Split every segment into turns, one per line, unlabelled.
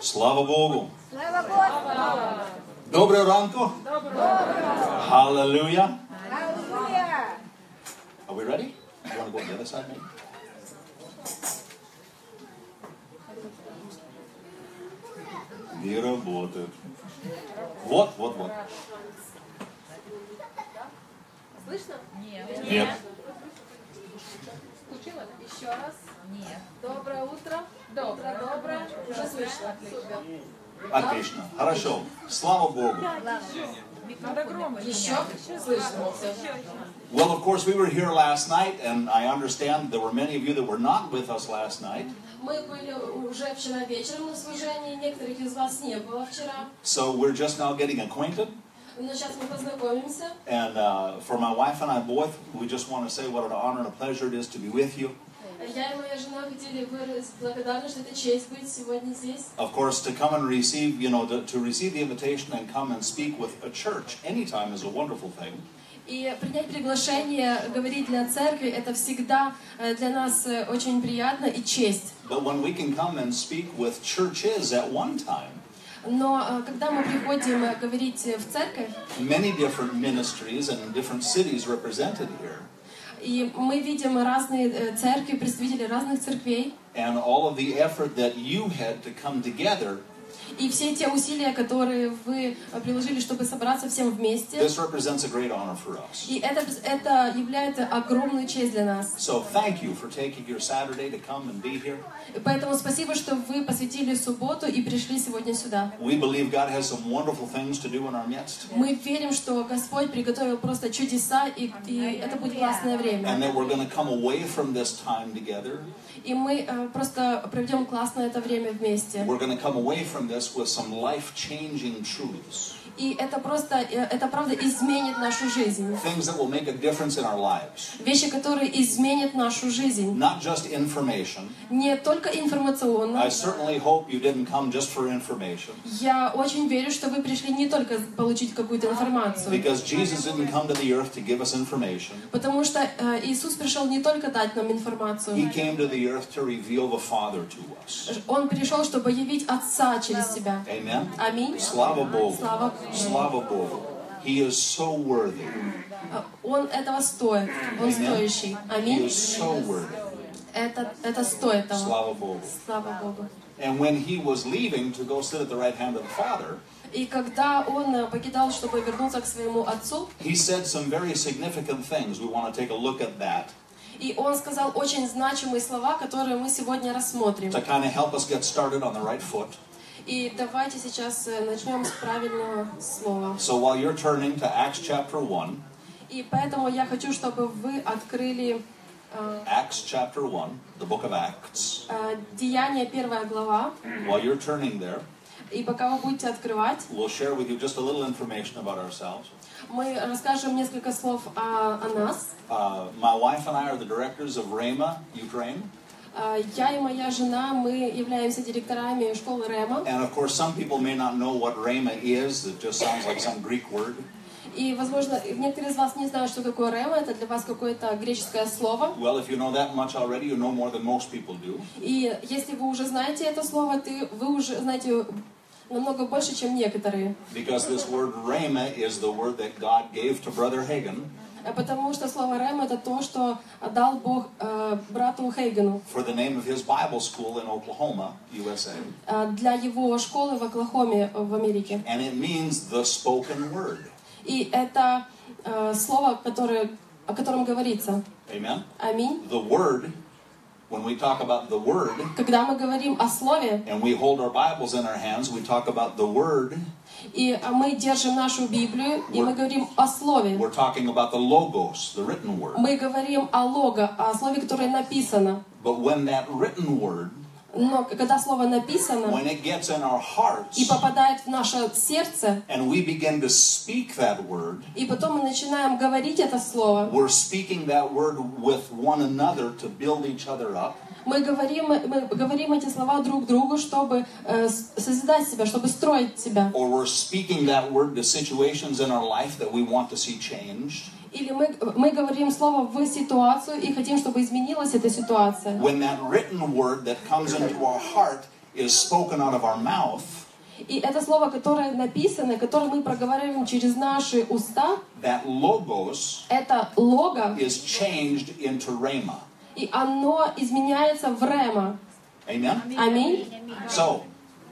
Слава Богу!
Слава Господу!
Доброго ранку! Hallelujah!
Аллилуйя!
Are we ready? You want to go on the other side, maybe? Не работает. Вот, вот, вот.
Слышно?
Нет.
Включила? Еще раз? Нет. Доброе утро. Доброе, доброе. Уже слышно. Отлично.
Отлично. Хорошо. Слава Богу.
Еще? Слышно. Все.
Well, of course, we were here last night, and I understand there were many of you that were not with us last night.
Мы были уже вчера вечером на служении, некоторых из вас не было вчера,
So we're just now getting acquainted.
но сейчас мы познакомимся.
And uh, for my wife and I both, we just want to say what an honor and a pleasure it is to be with you.
Я и моя жена хотели выразить благодарность, что это честь быть сегодня здесь.
Of course, to come and receive, you know, to, to receive the invitation and come and speak with a church anytime is a wonderful thing.
И принять приглашение говорить для церкви, это всегда э, для нас э, очень приятно и честь.
But when we can come and speak with churches at one time,
Но э, когда мы приходим э, говорить в церковь,
many different ministries and different cities represented here,
и мы видим разные э, церкви, представители разных церквей,
and all of the effort that you had to come together,
и все те усилия, которые вы э, приложили, чтобы собраться всем вместе,
this represents a great honor for us.
и это, это является огромной честь для нас.
So thank you for taking your Saturday to come and be here.
Поэтому спасибо, что вы посвятили субботу и пришли сегодня сюда.
We believe God has some wonderful things to do in our midst,
Мы верим, что Господь приготовил просто чудеса, и, и это будет классное
and
время.
that we're going to come away from this time together.
И мы э, просто проведем классное это время вместе.
We're going to come away from this with some life changing truths,
И это просто, э, это правда изменит нашу жизнь.
things that will make a difference in our lives.
Вещи, которые изменят нашу жизнь.
Not just information.
Не только
I
информационно.
certainly hope you didn't come just for information,
Я очень верю, что вы пришли не только получить какую-то информацию.
because Jesus didn't come to the earth to give us information.
Потому что э, Иисус пришел не только дать нам
He
информацию.
came to the earth to reveal the Father to us.
Он пришел, чтобы явить Отца через себя.
Amen?
Аминь.
Слава Богу.
Слава Богу.
Слава Богу. He is so worthy.
Э, Он этого стоит. Он стоящий.
He
Аминь.
is so worthy.
Это, это стоит того.
Slava Bogu.
Слава Богу.
And when he was leaving to go sit at the right hand of the Father,
И когда он э, покидал, чтобы вернуться к своему отцу,
he said some very significant things. We want to take a look at that
и он сказал очень значимые слова, которые мы сегодня рассмотрим.
to kind of help us get started on the right foot.
И давайте сейчас э, начнем с правильного слова.
So while you're turning to Acts chapter 1,
И поэтому я хочу, чтобы вы открыли э,
Acts chapter 1, the book of Acts,
э, Деяние первая глава.
while you're turning there,
И пока вы будете открывать,
we'll share with you just a little information about ourselves.
мы расскажем несколько слов о- о нас.
Uh, my wife and I are the directors of Rhema, Ukraine.
А, Я и моя жена, мы являемся директорами школы Рема.
And of course, some people may not know what Rhema is. It just sounds like some Greek word.
И, возможно, некоторые из вас не знают, что такое Рема. Это для вас какое-то греческое слово.
Well, if you know that much already, you know more than most people do.
И если вы уже знаете это слово, ты, вы уже знаете намного больше, чем некоторые.
Because this word rhema is the word that God gave to Brother Hagen
Э, Потому что слово Рема это то, что дал Бог э, брату Хейгену
for the name of his Bible school in Oklahoma, USA.
э, для его школы в Оклахоме э, в Америке.
And it means the spoken word.
И это э, слово, которое, о котором говорится.
Amen?
Аминь.
The word, when we talk about the word,
Когда мы говорим о слове,
and we hold our Bibles in our hands, we talk about the word,
И а, мы держим нашу Библию, и мы говорим о Слове.
we're talking about the logos, the written word.
Мы говорим о лого, о слове, которое написано.
But when that written word,
Но когда слово написано
when it gets in our
и
hearts,
попадает в наше сердце,
and we begin to speak that word,
и потом мы начинаем говорить это слово,
We're speaking that word with one another to build each other up.
мы говорим, мы говорим эти слова друг другу, чтобы э, с- созидать себя, чтобы строить себя.
Or we're speaking that word to situations in our life that we want to see changed.
Или мы, мы говорим слово в ситуацию и хотим, чтобы изменилась эта ситуация.
When that written word that comes into our heart is spoken out of our mouth,
И это слово, которое написано, которое мы проговариваем через наши уста,
that logos
это лого,
is changed into rhema.
и оно изменяется в рема.
Amen?
Аминь.
So,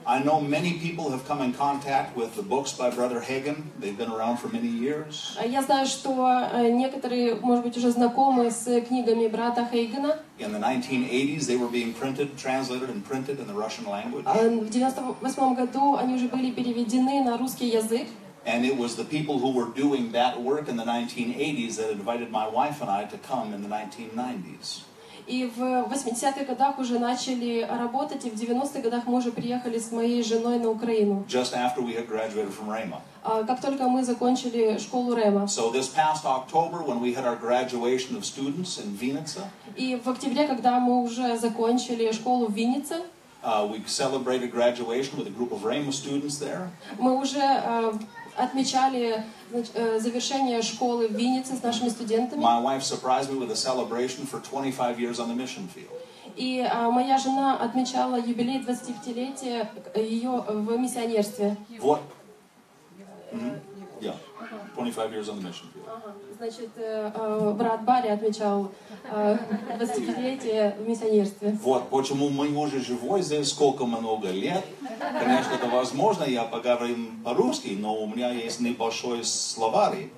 I know many people have come in contact with the books by Brother Hagen. They've been around for many years.
Я знаю, что э, некоторые, может быть, уже знакомы с книгами брата Хейгена.
In the 1980s, they were being printed, translated, and printed in the Russian language.
Э, В 98 году они уже были переведены на русский язык.
And it was the people who were doing that work in the 1980s that invited my wife and I to come in the 1990s.
И в 80-х годах уже начали работать, и в 90-х годах мы уже приехали с моей женой на Украину.
just after we had graduated from Rhema.
А, Как только мы закончили школу Рема.
So this past October, when we had our graduation of students in Vinica,
И в октябре, когда мы уже закончили школу в Виннице,
uh, we celebrated graduation with a group of Rhema students there.
мы уже э, отмечали знач- э, завершение школы в Виннице с нашими студентами.
My wife surprised me with a celebration for 25 years on the mission field.
И э, моя жена отмечала юбилей 25-летия ее э, в миссионерстве.
What? Mhm. Yeah, 25 years on the mission field.
Значит, э, э, брат Барри отмечал э, 25-летие в миссионерстве.
Вот почему мы уже живой здесь сколько много лет. Конечно, это возможно, я поговорим по-русски, но у меня есть небольшой словарь.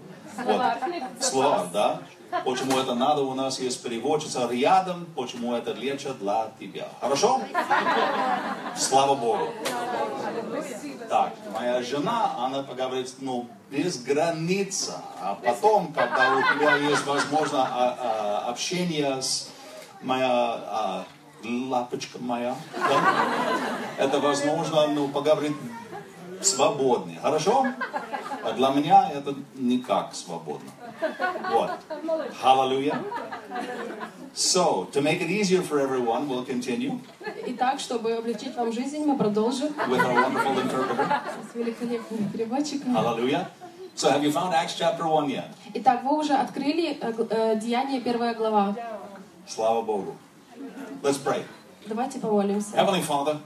Вот. Словарь, да? Почему это надо, у нас есть переводчица рядом, почему это лечит для тебя. Хорошо? Слава Богу. Так, моя жена, она поговорит, ну, без границ. А потом, когда у тебя есть возможность а, а, общение с моя а, лапочка моя, да, это возможно, ну, поговорить свободный. Хорошо? А для меня это никак свободно. Вот. Hallelujah. So, to make it easier for everyone, we'll continue
Итак, чтобы облегчить вам жизнь, мы продолжим
with our wonderful interpreter.
с великолепными переводчиками.
Hallelujah. So have you found Acts chapter 1 yet?
Итак, вы уже открыли э, гл- э, Деяние, первая глава.
Slava Bogu. Let's pray.
Давайте помолимся.
Heavenly Father,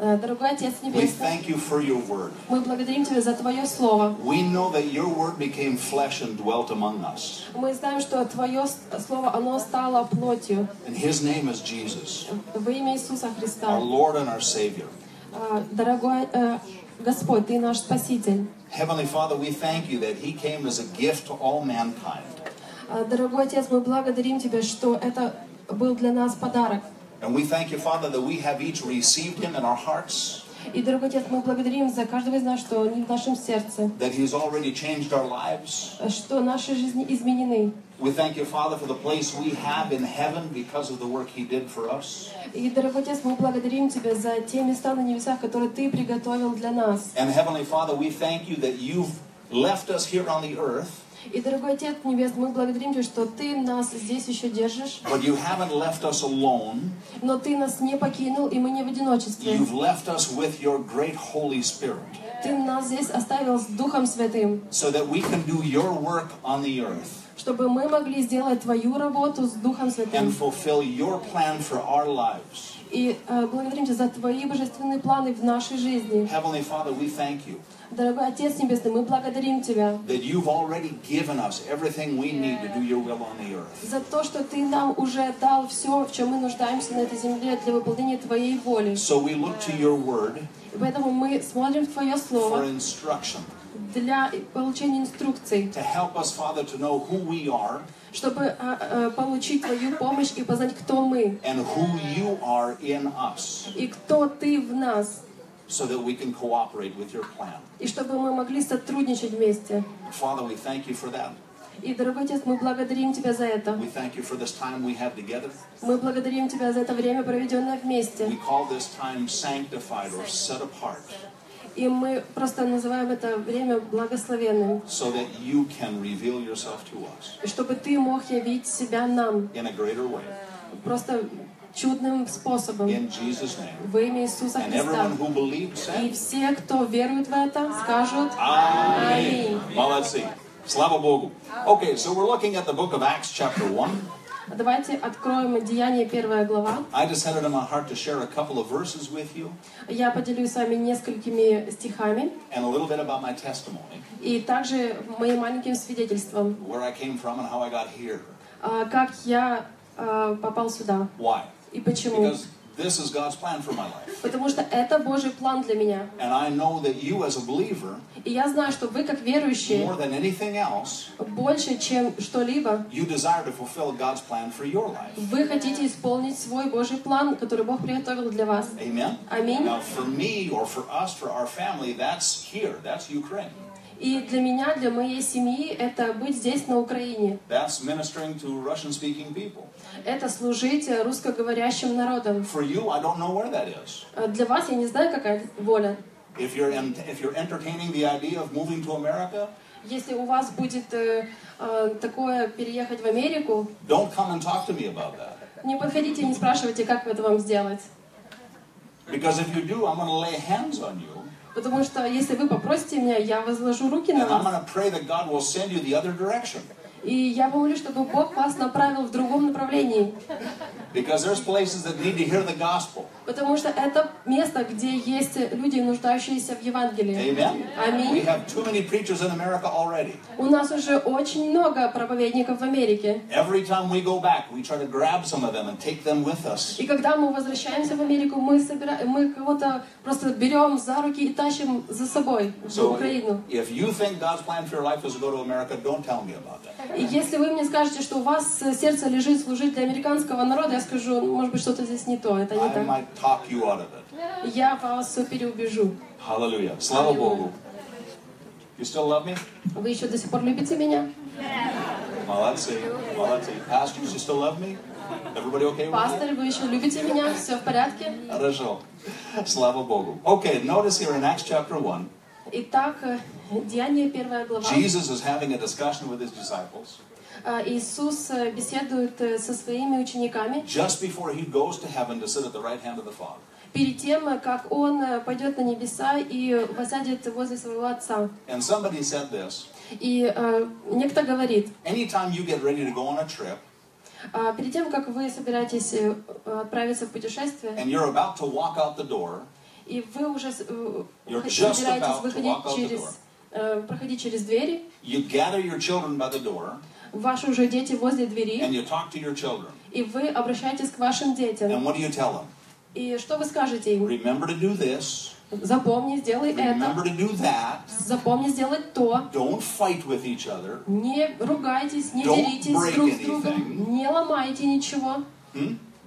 Э, Дорогой Отец
we
Небесный,
thank you for your word.
мы благодарим Тебя за Твое Слово.
We know that your word became flesh and dwelt among us.
Мы знаем, что Твое с- Слово, оно стало плотью
And his name is Jesus,
во имя Иисуса
our
Христа.
Lord and our Savior.
Э, Дорогой э, Господь, Ты наш Спаситель.
Heavenly Father, we thank you that he came as a gift to all mankind.
Э, Дорогой Отец, мы благодарим Тебя, что это был для нас подарок.
And we thank you, Father, that we have each received him in our hearts,
И, дорогой Отец, мы благодарим за каждого из нас, что они в нашем сердце,
that he's already changed our lives.
э, что наши жизни изменены.
We thank you, Father, for the place we have in heaven because of the work he did for us.
И, дорогой Отец, мы благодарим Тебя за те места на небесах, которые Ты приготовил для нас.
And Heavenly Father, we thank you that you've left us here on the earth,
И, дорогой Отец Небес, мы благодарим Тебя, что Ты нас здесь еще держишь,
but you haven't left us alone.
но Ты нас не покинул, и мы не в одиночестве.
You've left us with your great Holy Spirit
Ты нас здесь оставил с Духом Святым,
so that we can do your work on the earth
чтобы мы могли сделать Твою работу с Духом
and
Святым.
fulfill your plan for our lives.
И э, благодарим Тебя за Твои божественные планы в нашей жизни.
Heavenly Father, we thank you
Дорогой Отец Небесный, мы благодарим Тебя
that you've already given us everything we need to do your will on the earth.
за то, что Ты нам уже дал все, в чем мы нуждаемся на этой земле для выполнения Твоей воли.
So we look to your word
И Поэтому мы смотрим в Твое
for
Слово
instruction
для получения инструкций,
to help us, Father, to know who we are
чтобы а, а, получить Твою помощь и познать, кто мы
and who you are in us
и кто Ты в нас,
so that we can cooperate with your plan.
и чтобы мы могли сотрудничать вместе.
Father, we thank you for that.
И, дорогой Отец, мы благодарим Тебя за это.
We thank you for this time we have together.
Мы благодарим Тебя за это время, проведенное
We
вместе.
call this time sanctified or set apart
И мы просто называем это время благословенным,
so that you can reveal yourself to us
И чтобы Ты мог явить себя нам
in a greater way.
просто чудным способом
In Jesus' name.
во имя Иисуса
And
Христа.
everyone who believes
И
said,
все, кто верует в это, скажут
Amen. Well, let's see. Slava Bogu. Okay, so we're looking at the book of Acts, chapter 1.
А Давайте откроем Деяние первая глава.
I decided on my heart to share a couple of verses with you
Я поделюсь с вами несколькими стихами
and a little bit about my testimony,
и также моим маленьким свидетельством,
where I came from and how I got here.
а, как я а, попал сюда
Why?
и почему.
Because this is God's plan for my life.
Потому что это Божий план для меня.
And I know that you, as a believer,
И я знаю, что вы, как
more
верующие,
than anything else,
больше, чем что-либо,
you desire to fulfill God's plan for your life.
вы хотите исполнить свой Божий план, который Бог приготовил для вас.
Amen?
Аминь.
Now, for me or for us, for our family, that's here. That's Ukraine.
И для меня, для моей семьи, это быть здесь, на Украине.
That's ministering to Russian speaking people.
Это служить э, русскоговорящим народам.
For you, I don't know where that is.
А Для вас я не знаю, какая воля.
If you're, en- if you're entertaining the idea of moving to America,
Если у вас будет э, э, такое переехать в Америку,
don't come and talk to me about that.
не подходите и не спрашивайте, как это вам сделать.
Because if you do, I'm going to lay hands on you
Потому что если вы попросите меня, я возложу руки
and
на
I'm
вас.
going to pray that God will send you the other direction.
И я помолю, чтобы Бог вас направил в другом направлении.
Because there's places that need to hear the gospel.
Потому что это место, где есть люди, нуждающиеся в Евангелии.
Amen? We
Аминь.
have too many preachers in America already.
У нас уже очень много проповедников в Америке.
Every time we go back, we try to grab some of them and take them with us.
И когда мы возвращаемся в Америку, мы, собира... мы кого-то просто берем за руки и тащим за собой в
So
Украину.
if you think God's plan for your life is to go to America, don't tell me about that.
И если вы мне скажете, что у вас э, сердце лежит служить для американского народа, я скажу, «Ну, может быть, что-то здесь не то, это не
I
так.
might talk you out of it.
Я вас переубежу.
Hallelujah. Slava Bogu. You still love me?
Вы еще до сих пор любите меня?
Молодцы. Молодцы. Pastors, you still love me? Everybody okay with me?
Пастор, вы еще любите меня? Все в порядке?
Хорошо. Slava Bogu. Okay, notice here in Acts chapter 1,
Итак, э, Деяние, первая глава.
Jesus is having a discussion with his disciples
А, Иисус э, беседует э, со своими учениками
just before he goes to heaven to sit at the right hand of the Father.
перед тем, э, как Он э, пойдет на небеса и восядет возле своего Отца.
And somebody said this
И э, некто говорит,
anytime you get ready to go on a trip
«А, перед тем, как вы собираетесь э, отправиться в путешествие,
and you're about to walk out the door,
и вы уже с- э,
You're
хо-
just about
собираетесь
to walk out
выходить
the
через, э, проходить через двери,
you gather your children by the door
ваши уже дети возле двери,
and you talk to your children.
и вы обращаетесь к вашим детям.
And what do you tell them?
И что вы скажете им?
Remember to do this.
Запомни, сделай это.
Remember to do that.
Запомни сделать то.
Don't fight with each other.
Не ругайтесь, не
Don't
деритесь
break
друг с другом,
anything.
не ломайте ничего.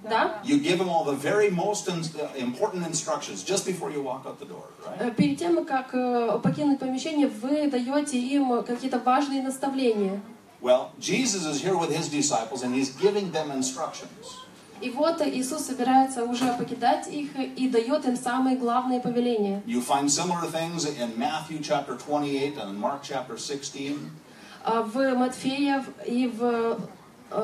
Да?
You give them all the very most in- uh, important instructions just before you walk out the door, right?
Э, Перед тем, как э, покинуть помещение, вы даете им какие-то важные наставления.
Well, Jesus is here with his disciples and he's giving them instructions.
И вот Иисус собирается уже покидать их и дает им самые главные повеления.
You find similar things in Matthew chapter 28 and in Mark chapter 16.
А В Матфея и в, э,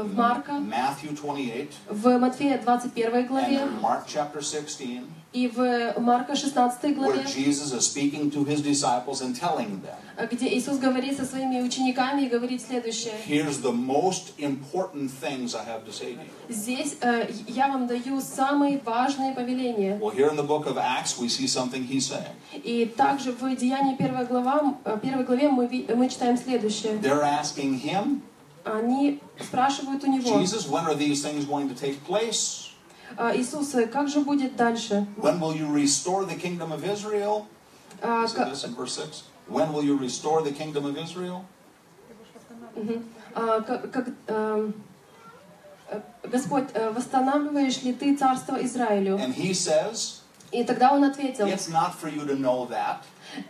в Марка,
Matthew 28
в Матфея 21 главе
and Mark chapter 16,
и в Марка 16
where
главе,
Jesus is speaking to his disciples and telling them,
где Иисус говорит со своими учениками и говорит следующее.
Here's the most important things I have to say to you.
Здесь э, я вам даю самые важные повеления.
Well, here in the book of Acts, we see something he's saying.
И также в Деянии 1 глава, э, первой главе мы, ви- мы читаем следующее.
They're asking him,
Они спрашивают у него,
Jesus, when are these things going to take place?
«А, Иисус, э, как же будет дальше?
When will you restore the kingdom of Israel?
А,
See
ка-
this in verse 6. When will you restore the kingdom of Israel?
а, ка- как- эм, э, Господь, э, восстанавливаешь ли ты царство Израилю?
And he says,
И тогда он ответил,
It's not for you to know that.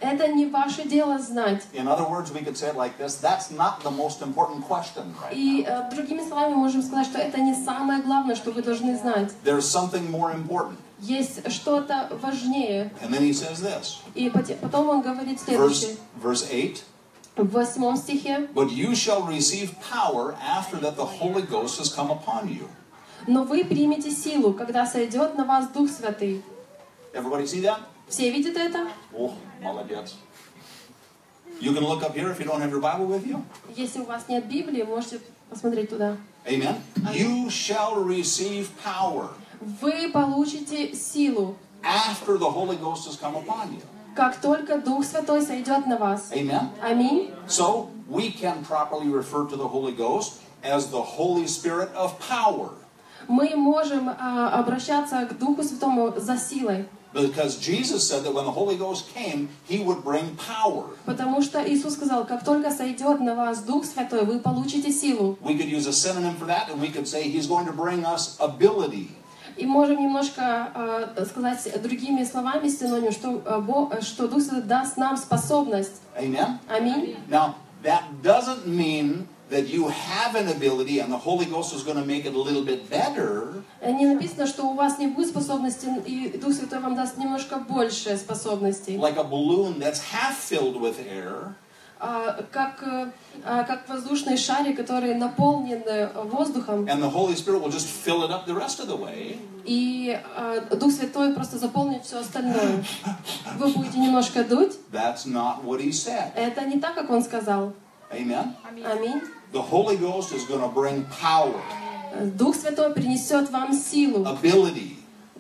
это не ваше дело знать.
In other words, we could say it like this that's not the most important question right
И
now.
э, другими словами можем сказать, что это не самое главное, что вы должны знать.
There's something more important.
Есть что-то важнее.
And then he says this.
И поте- потом он говорит следующее.
Verse, verse 8
В восьмом стихе.
But you shall receive power after that the Holy Ghost has come upon you.
«Но вы примете силу, когда сойдет на вас Дух Святый».
Everybody see that?
Все видят это?
Oh, молодец. You can look up here if you don't have your Bible with you.
Если у вас нет Библии, можете посмотреть туда.
Amen. You shall receive power
Вы получите силу,
after the Holy Ghost has come upon you.
как только Дух Святой сойдет на вас.
Amen.
Аминь.
So we can properly refer to the Holy Ghost as the Holy Spirit of power
Мы можем а, обращаться к Духу Святому за силой,
because Jesus said that when the Holy Ghost came, he would bring power.
потому что Иисус сказал, как только сойдет на вас Дух Святой, вы получите силу.
We could use a synonym for that and we could say he's going to bring us ability.
И можем немножко а, сказать другими словами синоним, что, а, Бо- что Дух Святой даст нам способность.
Amen.
Аминь.
Now, that doesn't mean that you have an ability and the Holy Ghost is going to make it a little bit better.
Э, Не написано, что у вас не будет способности, и Дух Святой вам даст немножко больше способностей.
like a balloon that's half filled with air,
А, как, э, а, как воздушный шарик, который наполнен э, воздухом,
and the Holy Spirit will just fill it up the rest of the way.
и э, Дух Святой просто заполнит все остальное. Вы будете немножко дуть.
That's not what he said.
Это не так, как он сказал.
Amen.
Аминь.
The Holy Ghost is going to bring power,
Э, Дух Святой принесет вам силу,
ability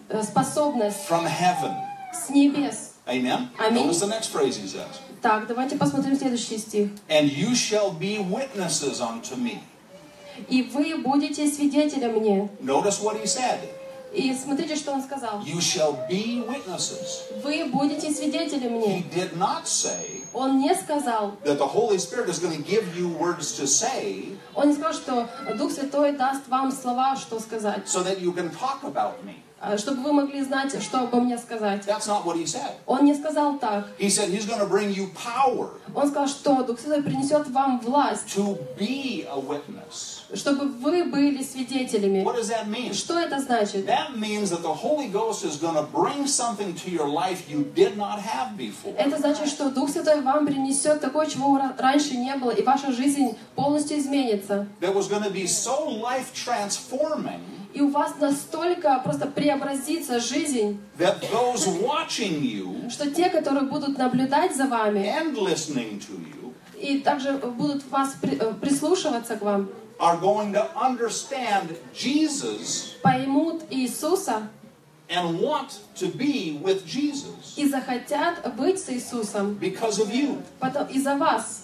э, способность
from heaven.
с небес.
Amen.
Amen.
Notice the next phrase he says.
Так, давайте посмотрим следующий стих.
And you shall be witnesses unto me.
«И вы будете свидетелем мне».
Notice what he said.
И смотрите, что он сказал.
You shall be witnesses.
Вы будете свидетелем
He
мне.
did not say
Он не сказал,
that the Holy Spirit is going to give you words to say
он не сказал, что Дух Святой даст вам слова, что сказать,
so that you can talk about me.
а, чтобы вы могли знать, что обо мне сказать.
That's not what he said.
Он не сказал так.
He said he's going to bring you power
Он сказал, что Дух Святой принесет вам власть,
to be a witness.
чтобы вы были свидетелями.
What does that mean?
Что это значит?
That means that the Holy Ghost is going to bring something to your life you did not have before.
Это значит, что Дух Святой вам принесет такое, чего ра- раньше не было, и ваша жизнь полностью изменится.
That was going to be so life transforming
И у вас настолько просто преобразится жизнь,
that those watching you
что те, которые будут наблюдать за вами,
and listening to you
и также будут вас при- э, прислушиваться к вам,
are going to understand Jesus
поймут Иисуса
and want to be with Jesus
и захотят быть с Иисусом
because of you.
потом, из-за вас.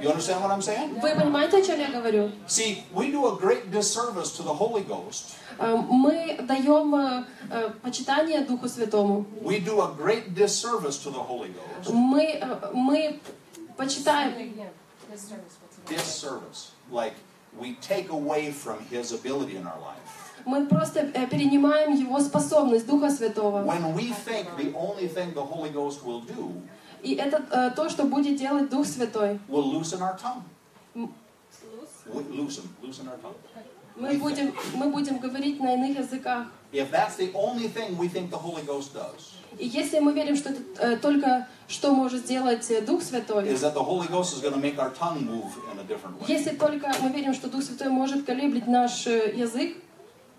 You understand what I'm saying?
Вы понимаете, о чем я говорю?
See, we do a great disservice to the Holy Ghost
Э, Мы даем э, э, почитание Духу Святому.
We do a great disservice to the Holy Ghost.
Мы, э, мы почитаем,
Disservice. Like we take away from his ability in our life.
мы просто э, перенимаем Его способность Духа Святого.
When we think the only thing the Holy Ghost will do
И это э, то, что будет делать Дух Святой.
will loosen our tongue.
Mm.
We- loosen, loosen our tongue.
Мы будем, мы будем говорить на иных языках.
If that's the only thing we think the Holy Ghost does,
И если мы верим, что это э, только что может сделать э, Дух Святой,
is that the Holy Ghost is going to make our tongue move in a different way.
если только мы верим, что Дух Святой может колеблить наш э, язык,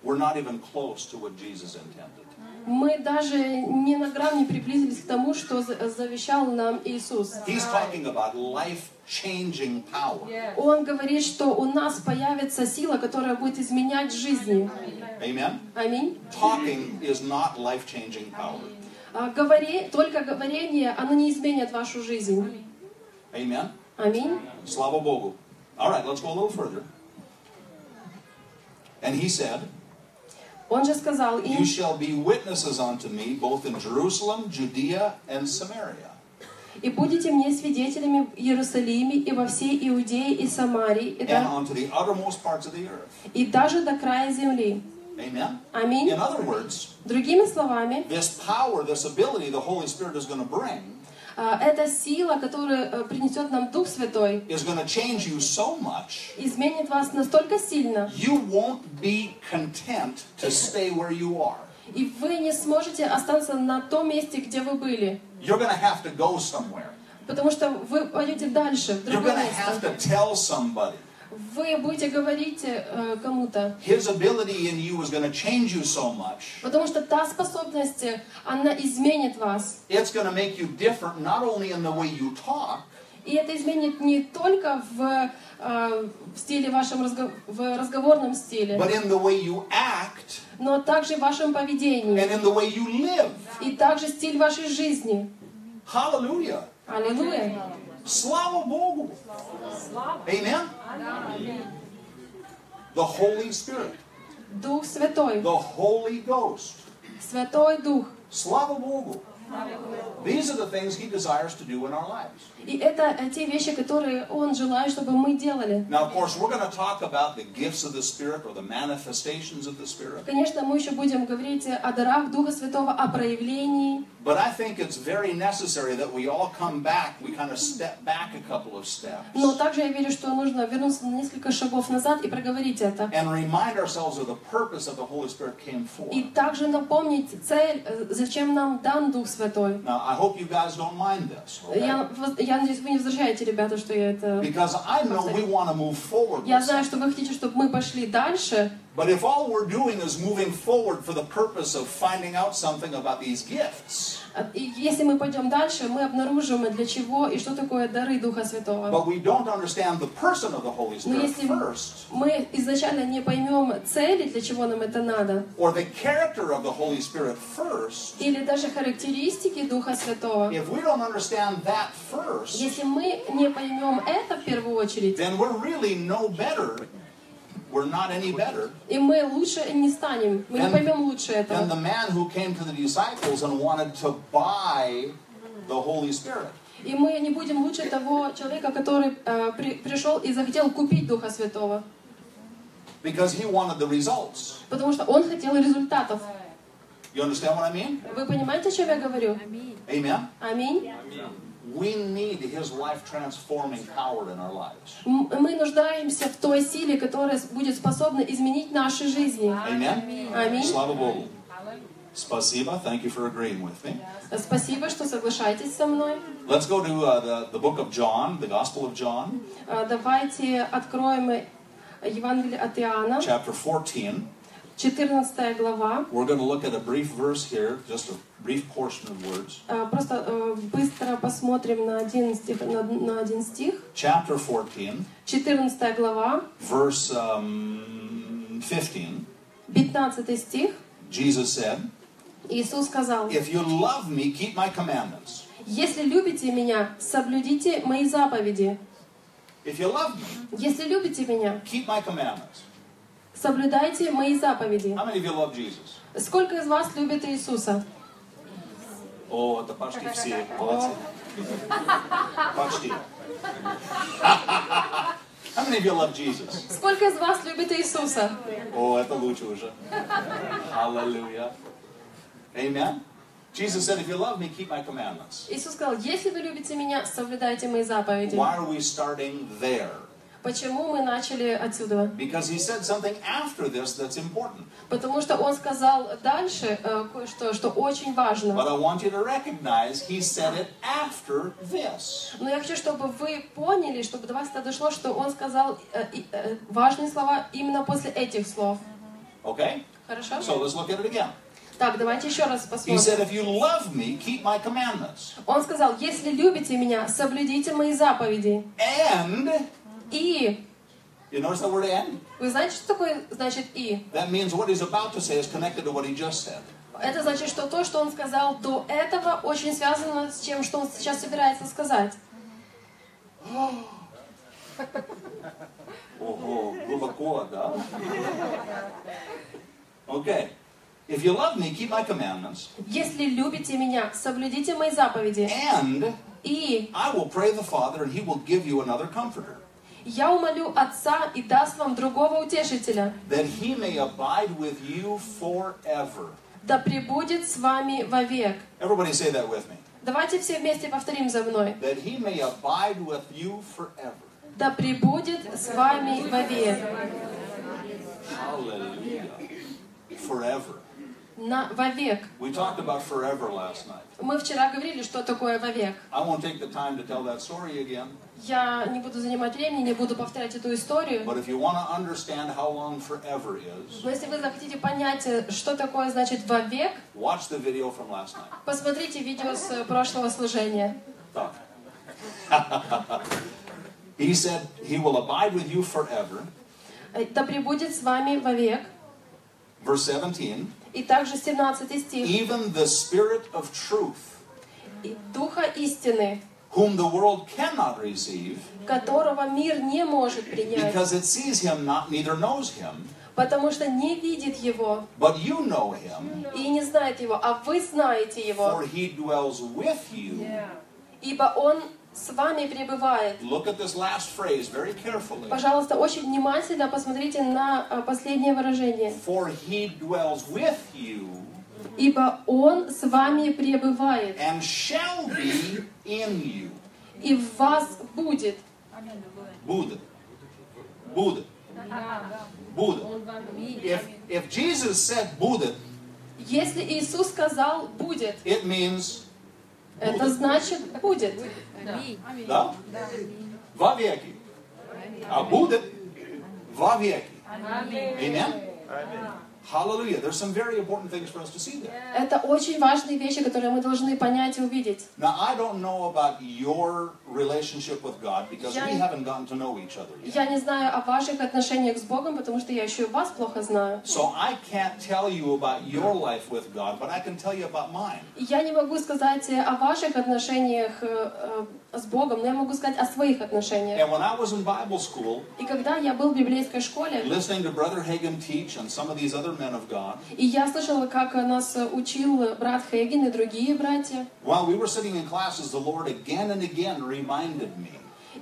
We're not even close to what Jesus intended.
мы даже ни на грамм не приблизились к тому, что за- завещал нам Иисус.
He's talking about life changing power.
Он говорит, что у нас появится сила, которая будет изменять жизни.
Amen?
Аминь.
Talking is not life changing power.
А, говори, только говорение, оно не изменит вашу жизнь.
Amen?
Аминь.
Slava Bogu. All right, let's go a little further. And he said,
Он же сказал им,
You shall be witnesses unto me both in Jerusalem, Judea, and Samaria.
«И будете мне свидетелями в Иерусалиме и во всей Иудее и Самарии, и, да-
And unto the uttermost parts of the earth.
и даже до края земли».
Amen?
Аминь.
In other words,
Другими словами,
this power, this ability the Holy Spirit is going to bring
а, эта сила, которую э, принесет нам Дух Святой,
is going to change you so much
изменит вас настолько сильно,
you won't be content to stay where you are.
и вы не сможете остаться на том месте, где вы были.
You're going to have to go somewhere.
Потому что вы пойдете дальше, в
You're
другое
going to have
место.
to tell somebody.
Вы будете говорить э, кому-то.
His ability in you is going to change you so much.
Потому что та способность, э, она изменит вас.
It's going to make you different, not only in the way you talk,
И это изменит не только в, э, в стиле вашем разго- в разговорном стиле,
but in the way you act
но также в вашем поведении
and in the way you live.
и также стиль вашей жизни.
Hallelujah.
Аллилуйя.
Slava Bogu. Amen. The Holy Spirit,
Дух Святой,
the Holy Ghost.
Святой Дух.
Slava Bogu. These are the things He desires to do in our lives.
И это э, те вещи, которые Он желает, чтобы мы делали.
Now, of course, we're going to talk about the gifts of the Spirit or the manifestations of the Spirit.
Конечно, мы еще будем говорить о дарах Духа Святого, о проявлении.
But I think it's very necessary that we all come back. We kind of step back a couple of steps
Но также я верю, что нужно вернуться на несколько шагов назад и проговорить это.
and remind ourselves of the purpose that the Holy Spirit came for.
И также напомнить цель, э, зачем нам дан Дух Святой.
Now, I hope you guys don't mind this, okay?
Я, я надеюсь, вы не возвращаете, ребята, что я это...
Because I know we want to move forward.
Я
with
знаю,
something.
что вы хотите, чтобы мы пошли дальше,
But if all we're doing is moving forward for the purpose of finding out something about these gifts,
а, и если мы пойдем дальше, мы обнаружим, для чего и что такое дары Духа Святого.
but we don't understand the person of the Holy
Но
Spirit
если
first,
мы изначально не поймем цели, для чего нам это надо,
or the character of the Holy Spirit first,
или даже характеристики Духа Святого,
if we don't understand that first,
если мы не поймем это в первую очередь,
then we're really no better. We're not any better
и мы лучше не станем, мы не поймем лучше
than the
этого.
man who came to the disciples and wanted to buy the Holy Spirit.
И мы не будем лучше того человека, который э, при- пришел и захотел купить Духа Святого.
Because he wanted the results.
Потому что он хотел результатов.
You understand what I mean?
Вы понимаете, о чем я говорю?
Amen.
Аминь.
We need his life transforming power in our lives.
М- Мы нуждаемся в той силе, которая с- будет способна изменить наши жизни.
Amen.
Аминь.
Slava Bogu. Спасибо. Thank you for agreeing with me.
Спасибо, что соглашаетесь со мной.
Let's go to uh, the, the book of John, the Gospel of John,
А, Давайте откроем э, Евангелие от Иоанна,
chapter 14.
14 глава.
We're going to look at a brief verse here, just a brief portion of words.
А, Просто э, быстро посмотрим на один стих. На, на один стих.
Chapter 14,
14 глава,
verse um, 15.
15 стих.
Jesus said,
Иисус сказал,
If you love me, keep my commandments.
«Если любите меня, соблюдите мои заповеди».
If you love me,
Если любите меня,
keep my commandments.
соблюдайте мои заповеди.
How many of you love Jesus?
Сколько из вас любит Иисуса?
О, это почти все. Молодцы. Почти. How many of you love Jesus? Oh,
Сколько из вас любит Иисуса?
О, это лучше уже. Hallelujah. Amen. Jesus said, if you love me, keep my commandments.
Иисус сказал, если вы любите меня, соблюдайте мои заповеди.
Why are we starting there?
Почему мы начали отсюда?
Because he said something after this that's important.
Потому что он сказал дальше э, кое-что, что очень
But
важно.
I want you to recognize he said it after this.
Но я хочу, чтобы вы поняли, чтобы до вас это дошло, что он сказал э, и, э, важные слова именно после этих слов.
Okay?
Хорошо?
So let's look at it again.
Так, давайте еще раз
He
посмотрим.
said, if you love me, keep my commandments.
Он сказал, если любите меня, соблюдите мои заповеди.
And
И,
You notice that word and?
вы знаете, что такое значит и?
That means what he's about to say is connected to what he just said.
Это значит, что то, что он сказал до этого, очень связано с тем, что он сейчас собирается сказать.
Ого, глубоко, да? Okay. If you love me, keep my commandments,
Если любите меня, соблюдите мои заповеди.
and
И
I will pray the Father, and he will give you another comforter,
я умолю Отца и даст вам другого утешителя.
that he may abide with you forever.
Да пребудет с вами вовек.
Everybody say that with me.
Давайте все вместе повторим за мной.
That he may abide with you forever.
Да пребудет с вами вовек.
Hallelujah. Forever.
На, вовек.
We talked about forever last night.
Мы вчера говорили, что такое вовек.
I won't take the time to tell that story again.
Я не буду занимать времени, не буду повторять эту историю.
But if you want to understand how long forever is,
Но если вы захотите понять, э, что такое значит вовек,
watch the video from last night.
посмотрите видео с э, прошлого служения.
Так. He said, He will abide with you forever.
Э, Да пребудет с вами вовек.
Verse 17,
И также 17 стих.
even the Spirit of truth,
«И Духа истины,
whom the world cannot receive,
которого мир не может принять,
because it sees him not, neither knows him,
потому что не видит его
but you know him,
и не знает его, а вы знаете
for
его,
he dwells with you.
ибо он с вами пребывает.
Look at this last phrase very carefully.
Пожалуйста, очень внимательно посмотрите на э, последнее выражение.
For he dwells with you
Ибо он с вами пребывает
and shall be in you.
и в вас будет.
Buddha. Buddha. Buddha.
Он вам
If, if Jesus said Buddha,
Если Иисус сказал будет,
it means
это значит будет.
да? вовеки. А будет вовеки. Amen? Hallelujah. There's some very important things for us to see there.
Это очень важные вещи, которые мы должны понять и увидеть.
Now, I don't know about your relationship with God because we
Я-
haven't gotten to know each other yet.
Я не знаю о ваших отношениях с Богом, потому что я еще и вас плохо знаю.
So I can't tell you about your life with God, but I can tell you about mine.
И Я не могу сказать э, о ваших отношениях э, э, с Богом, но я могу сказать о своих отношениях.
And when I was in Bible school,
И когда я был в библейской школе,
listening to Brother Hagin teach and some of these other men of God,
и я слышала, как нас учил брат Хейген и другие братья,
while we were sitting in classes, the Lord again and again reminded me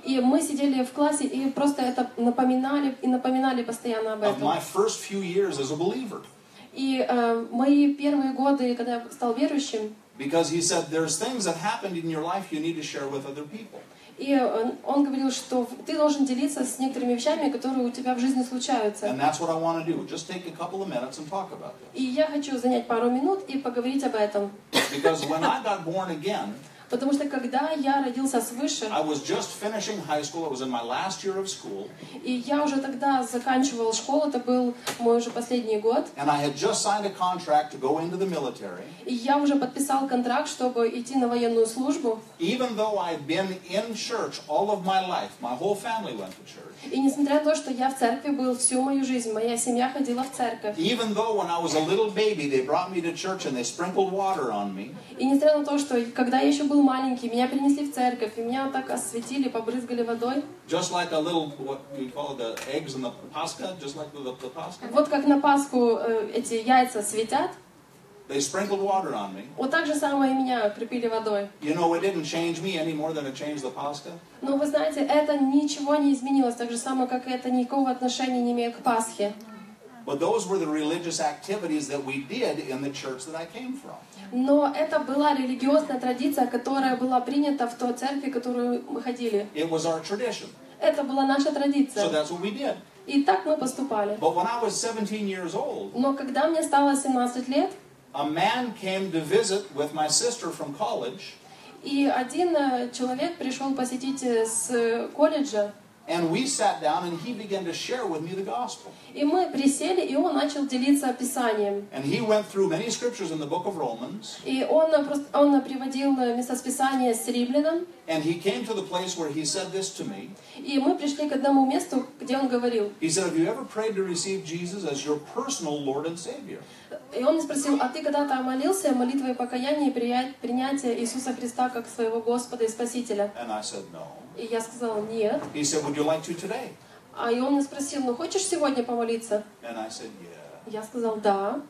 и мы сидели в классе и просто это напоминали и напоминали постоянно об
of
этом.
my first few years as a believer.
И э, мои первые годы, когда я стал верующим,
Because he said, there's things that happened in your life you need to share with other people.
и он, он говорил, что ты должен делиться с некоторыми вещами, которые у тебя в жизни случаются.
And that's what I want to do. Just take a couple of minutes and talk about that.
И я хочу занять пару минут и поговорить об этом.
Because when I got born again,
Потому что когда я родился свыше,
I was just finishing high school. It was in my last year of school.
и я уже тогда заканчивала школу, это был мой уже последний год,
And I had just signed a contract to go into the military.
и я уже подписал контракт, чтобы идти на военную службу.
Even though I've been in church all of my life, my whole family went to church.
И несмотря на то, что я в церкви был всю мою жизнь, моя семья ходила в церковь.
Even though when I was a little baby, they brought me to church and they sprinkled water on me.
И несмотря на то, что когда я еще был маленький, меня принесли в церковь, и меня так осветили, побрызгали водой.
Just like a little, what you call the eggs and the pasca, just like the, the, the pasca.
Вот как на Пасху э, эти яйца светят,
They sprinkled water on me.
вот так же самое и меня припили водой.
You know, it didn't change me any more than it changed the pasca.
Но вы знаете, это ничего не изменилось, так же самое, как и это никакого отношения не имеет к Пасхе.
But those were the religious activities that we did in the church that I came from.
Но это была религиозная традиция, которая была принята в той церкви, в которую мы ходили.
It was our tradition.
Это была наша
So
традиция.
that's what we did.
И так мы поступали.
But when I was 17 years old,
Но когда мне стало 17 лет,
a man came to visit with my sister from college,
и один э, человек пришел посетить э, с э, колледжа,
and we sat down and he began to share with me the gospel.
и мы присели, и он начал делиться описанием.
And he went through many scriptures in the book of Romans,
И он, э, просто, он э, приводил э, местосписание с римлянам,
and he came to the place where he said this to me.
и мы пришли к одному месту, где он говорил.
He said, Have you ever prayed to receive Jesus as your personal Lord and Savior?
И он мне спросил, а ты когда-то молился молитвой покаяния и прия- принятия Иисуса Христа как своего Господа и Спасителя?
And I said, No.
И я сказала, нет.
He said, Would you like to today?
А и он меня спросил, ну хочешь сегодня помолиться?
And I said, Yeah.
Я сказал, да.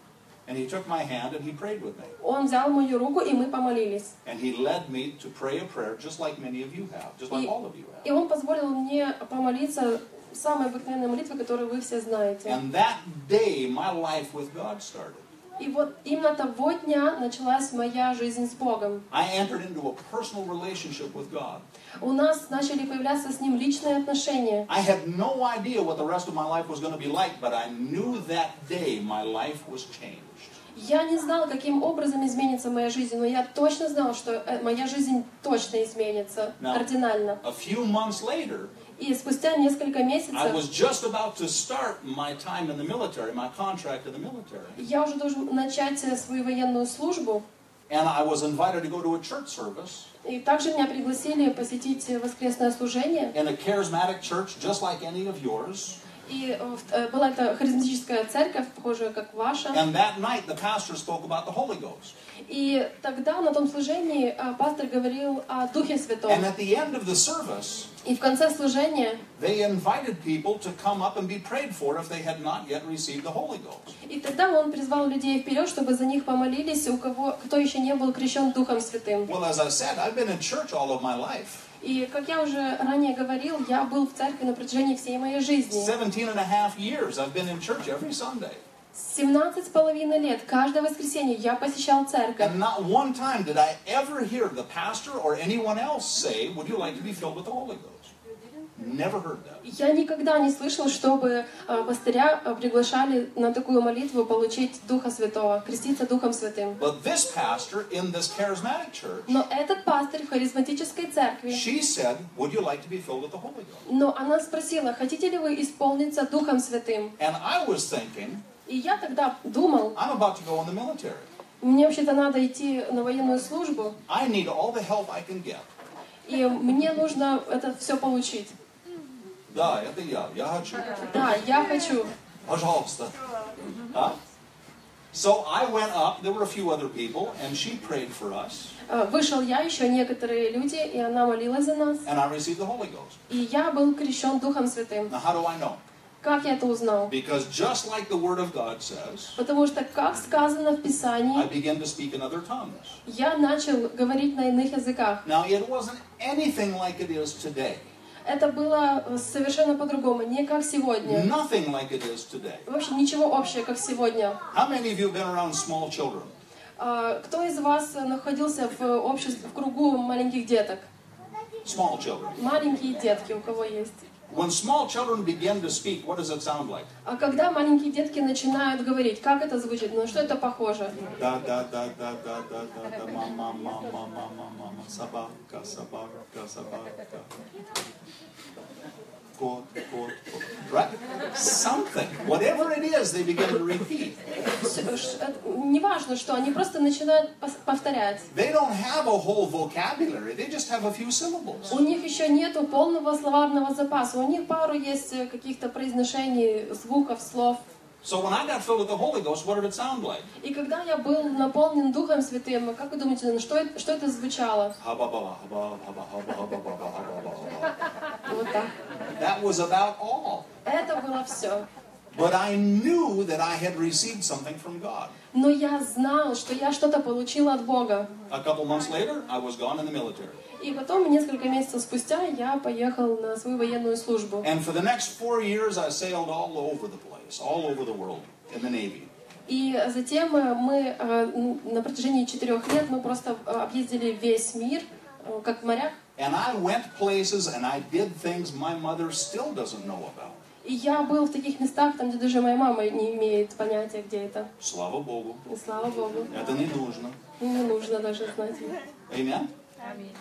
And he took my hand and he prayed with me.
Он взял мою руку, и мы помолились.
And he led me to pray a prayer just like many of you have, just like
Ye-
all of you have.
И он позволил мне помолиться самой обыкновенной молитвой, которую вы все знаете.
And that day, my life with God started.
И вот именно того дня началась моя жизнь с Богом.
I entered into a personal relationship with God.
У нас начали появляться с Ним личные отношения.
I had no idea what the rest of my life was going to be like, but I knew that day my life was changed.
Я не знала, каким образом изменится моя жизнь, но я точно знала, что э, моя жизнь точно изменится
Да.
кардинально.
A few months later,
И спустя несколько
I
месяцев
was just about to start my time in the military, my contract in the military.
Я уже должен начать э, свою военную службу,
And I was invited to go to a church service
И также меня пригласили посетить воскресное служение.
in a charismatic church just like any of yours.
И э, в- э, была это харизматическая церковь, похожая как ваша.
And that night the pastor spoke about the Holy Ghost.
И тогда на том служении э, пастор говорил о Духе Святом.
And at the end of the service,
И в конце служения
they invited people to come up and be prayed for if they had not yet received the Holy Ghost.
И тогда он призвал людей вперед, чтобы за них помолились, у кого, кто еще не был крещен Духом Святым.
Well, as I said, I've been in church all of my life
И, как я уже ранее говорил, я был в церкви на протяжении всей моей жизни.
17 and a half years. I've been in church every Sunday.
17 с половиной лет, каждое воскресенье я посещал церковь.
And not one time did I ever hear the pastor or anyone else say, Would you like to be filled with the Holy Ghost? Never heard that.
Я никогда не слышал, чтобы э, пастыря э, приглашали на такую молитву получить Духа Святого, креститься Духом Святым.
But this pastor in this charismatic church,
Но этот пастырь в харизматической церкви,
she said, Would you like to be filled with the Holy Ghost?
но она спросила, хотите ли вы исполниться Духом Святым?
And I was thinking,
И я тогда думал,
I'm about to go in the military.
Мне вообще-то надо идти на военную службу,
I need all the help I can get.
и мне нужно это все получить.
Да, это я. Я хочу.
Да, я хочу.
Пожалуйста. Huh? So I went up. There were a few other people, and she prayed for us,
Э, Вышел я, еще некоторые люди, и она молилась за нас.
and I received the Holy Ghost.
И я был крещен Духом Святым.
Now, how do I know?
Как я это узнал?
Because just like the Word of God says,
Потому что, как сказано в
I
Писании,
began to speak in other tongues.
я начал говорить на иных языках.
Now, it wasn't anything like it is today.
Это было э, совершенно по-другому, не как сегодня.
Nothing like it is today.
Вообще ничего общего, как сегодня.
How many of you have been around small children?
А, Кто из вас э, находился в обществе, в кругу маленьких деток?
Small children.
Маленькие детки у кого есть?
When small children begin to speak, what does it sound like?
А когда маленькие детки начинают говорить, как это звучит, на что это похоже?
Да, да, да, да, да, да, да, да, мама, мама, мама, мама, собака, собака, собака. Кот, кот, кот. Right? Something, whatever it is, they begin to repeat.
Ш- ш- это- Неважно, что они просто начинают пос- повторять.
They don't have a whole vocabulary, they just have a few syllables.
У них еще нету полного словарного запаса. У них пару есть э, каких-то произношений, звуков, слов.
So when I got filled with the Holy Ghost, what did it sound like?
И когда я был наполнен Духом Святым, как вы думаете, на что это, что это звучало?
Хаба-ба-ба, хаба-ба-ба, хаба-ба-ба, хаба-ба-ба.
Вот так.
That was about all.
Это было все.
But I knew that I had received something from God.
Но я знал, что я что-то получила от Бога.
A couple months later, I was gone in the military.
И потом, несколько месяцев спустя, я поехал на свою военную службу.
And for the next four years, I sailed all over the place, all over the world in the Navy.
И затем э, мы э, н- на протяжении четырех лет мы просто э, объездили весь мир, э, как в морях.
And I went places and I did things my mother still doesn't know about.
И я был в таких местах, там, где даже моя мама не имеет понятия, где это.
Слава Богу,
И слава Богу,
это не нужно.
не нужно даже знать.
Amen?
Аминь.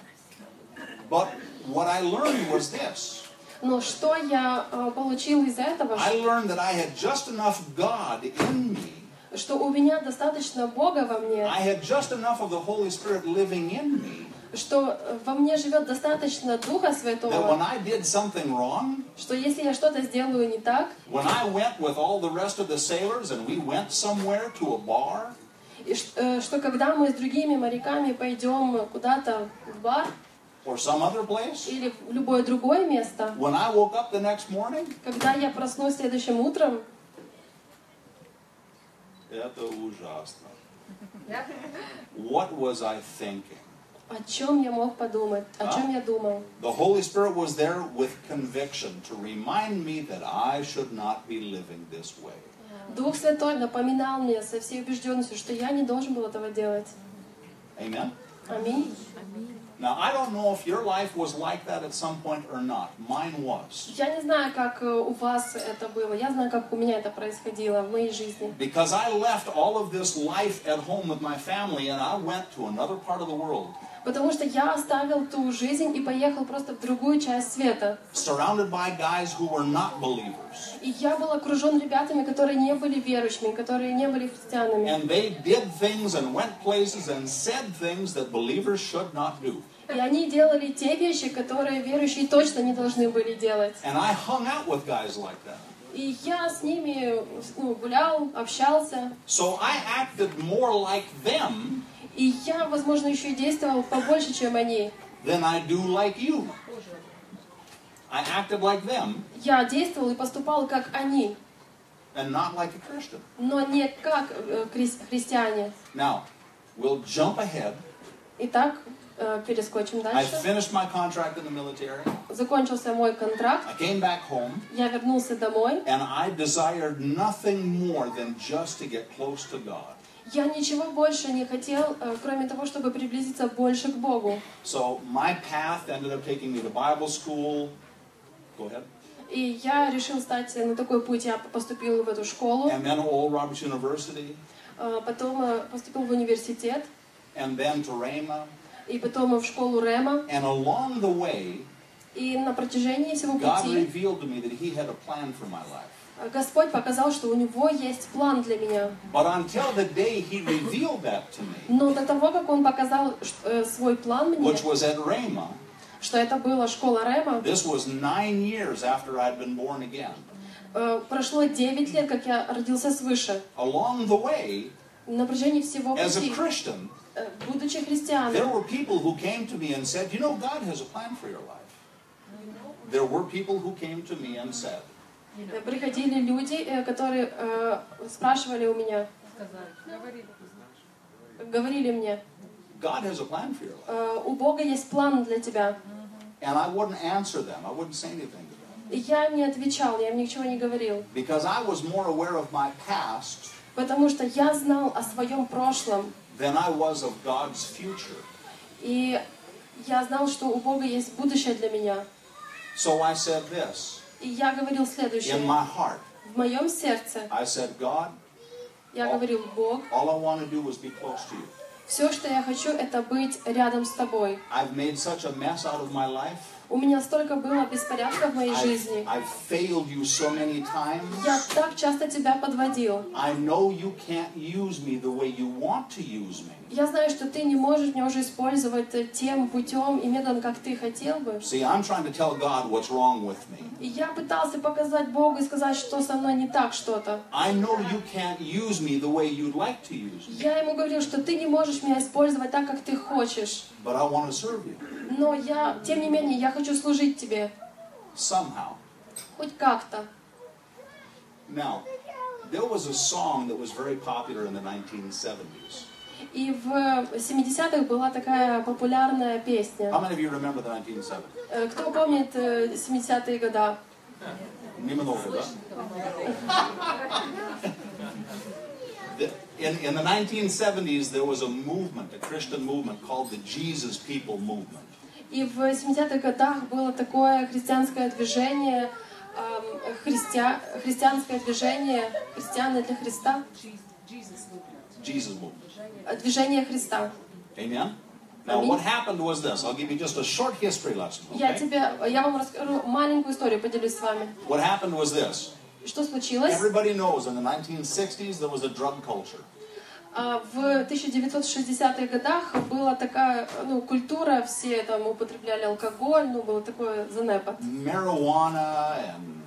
But what I learned was this.
Но что я э, получил из этого?
I learned that I had just enough God in me.
Что у меня достаточно Бога во мне,
I had just enough of the Holy Spirit living in me
что э, во мне живет достаточно Духа
that when
Святого,
I did something wrong,
что если я что-то сделаю не так,
when I went with all the rest of the sailors and we went somewhere to a bar,
и ш- э, что когда мы с другими моряками пойдем куда-то в бар,
or some other place.
или в любое другое место,
When I woke up the next morning,
когда я проснусь следующим утром,
это ужасно.
Да?
What was I thinking?
о чем я мог подумать, о чем я думал.
The Holy Spirit was there with conviction to remind me that I should not be living this way.
Дух Святой напоминал мне со всей убежденностью, что я не должен был этого делать.
Amen?
Аминь.
Now, I don't know if your life was like that at some point or not. Mine was.
Я не знаю, как э, у вас это было, я знаю, как у меня это происходило в моей жизни.
Because I left all of this life at home with my family and I went to another part of the world.
Потому что я оставил ту жизнь и поехал просто в другую часть света.
surrounded by guys who were not believers.
И я был окружен ребятами, которые не были верующими, которые не были христианами.
And they did things and went places and said things that believers should not do.
И они делали те вещи, которые верующие точно не должны были делать.
And I hung out with guys like that.
И я с ними ну, гулял, общался.
So I acted more like them
И я, возможно, еще и действовал побольше, чем они.
than I do like you. I acted like them
Я действовал и поступал как они,
and not like a Christian.
но не как э, хри- христиане.
Now, we'll jump ahead.
Итак, э, перескочим
I
дальше.
finished my contract in the military.
Закончился мой контракт.
I came back home
Я вернулся домой.
and I desired nothing more than just to get close to God.
Я ничего больше не хотел, э, кроме того, чтобы приблизиться больше к Богу.
So my path ended up taking me to Bible school. Go ahead.
И я решил стать на такой путь. Я поступил в эту школу,
And then Old Roberts University.
э, потом э, поступил в университет,
And then to Rhema.
и потом в школу Рема.
And along the way,
И на протяжении всего
God
пути
revealed to me that He had a plan for my life.
э, Господь показал, что у Него есть план для меня.
But until the day He revealed that to me,
Но до того, как Он показал ш- э, свой план мне,
which was at Rhema,
что это была школа Рема,
this was nine years after I'd been born again.
э, прошло 9 лет, как я родился свыше.
Along the way,
На протяжении всего
as a
пути,
Christian,
э, будучи
there
христианом,
were people who came to me and said, You know, God has a plan for your life. There were people who came to me and said,
э, приходили люди, э, которые э, спрашивали у меня, говорили мне,
God has a plan for your life.
«Э, у Бога есть план для тебя.
And I wouldn't answer them. I wouldn't say anything to them.
И я им не отвечал, я им ничего не говорил,
Because I was more aware of my past
потому что я знал о своем прошлом,
than I was of God's future.
и я знал, что у Бога есть будущее для меня.
So I said this
И я говорил следующее.
in my heart.
В моем сердце
I said, God,
я говорил, Бог,
all I want to do is be close to you.
все, что я хочу, это быть рядом с тобой.
I've made such a mess out of my life.
У меня столько было беспорядка в моей
I've,
жизни.
I've failed you so many times.
Я так часто тебя подводил.
I know you can't use me the way you want to use me.
Я знаю, что ты не можешь меня уже использовать э, тем путем и методом, как ты хотел бы.
See, I'm trying to tell God what's wrong with me.
И я пытался показать Богу и сказать, что со мной не так что-то.
I know you can't use me the way you'd like to use me,
Я ему говорил, что ты не можешь меня использовать так, как ты хочешь.
but I want to serve you
Но я, тем не менее, я хочу служить тебе.
somehow.
Хоть как-то.
Now, there was a song that was very popular in the 1970s.
И в 70-х была такая популярная
How
песня.
many of you remember the 1970s?
Э, Кто помнит э, 70-е года?
Немного, да? The- In, in the 1970s, there was a movement, a Christian movement called the Jesus People Movement.
И в 70-х годах было такое христианское движение, эм, христиа- христианское движение, христианы для Христа,
Jesus Movement.
э, движение Христа.
Amen? Now, what happened was this. I'll give you just a short history lesson.
Я
Okay?
тебе, я вам расскажу маленькую историю, поделюсь с вами.
What happened was this.
Что случилось?
Everybody knows in the 1960s there was a drug culture.
А, В 1960-х годах была такая ну, культура, все там употребляли алкоголь, ну, было такое занепад.
Marijuana and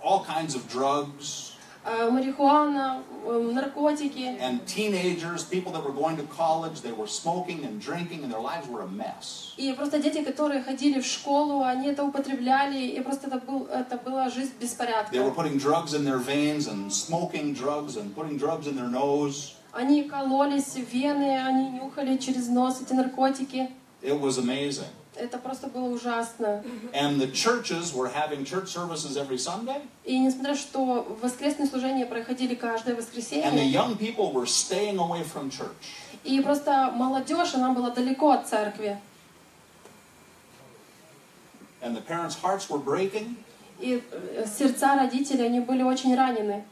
all kinds of drugs.
А, Марихуана, м, наркотики.
And teenagers, people that were going to college, they were smoking and drinking, and their lives were a mess.
И просто дети, которые ходили в школу, они это употребляли, и просто это, был, это была жизнь
They were
беспорядка.
putting drugs in their veins and smoking drugs and putting drugs in their nose.
Они кололись в вены, они нюхали через нос эти наркотики.
It was amazing.
Это просто было ужасно.
And the churches were having church services every Sunday,
И несмотря что воскресные служения проходили каждое
and the
воскресенье,
young people were staying away from church.
и просто молодежь, она была далеко от церкви.
And the parents' hearts were breaking.
И э, сердца родителей, они были очень ранены.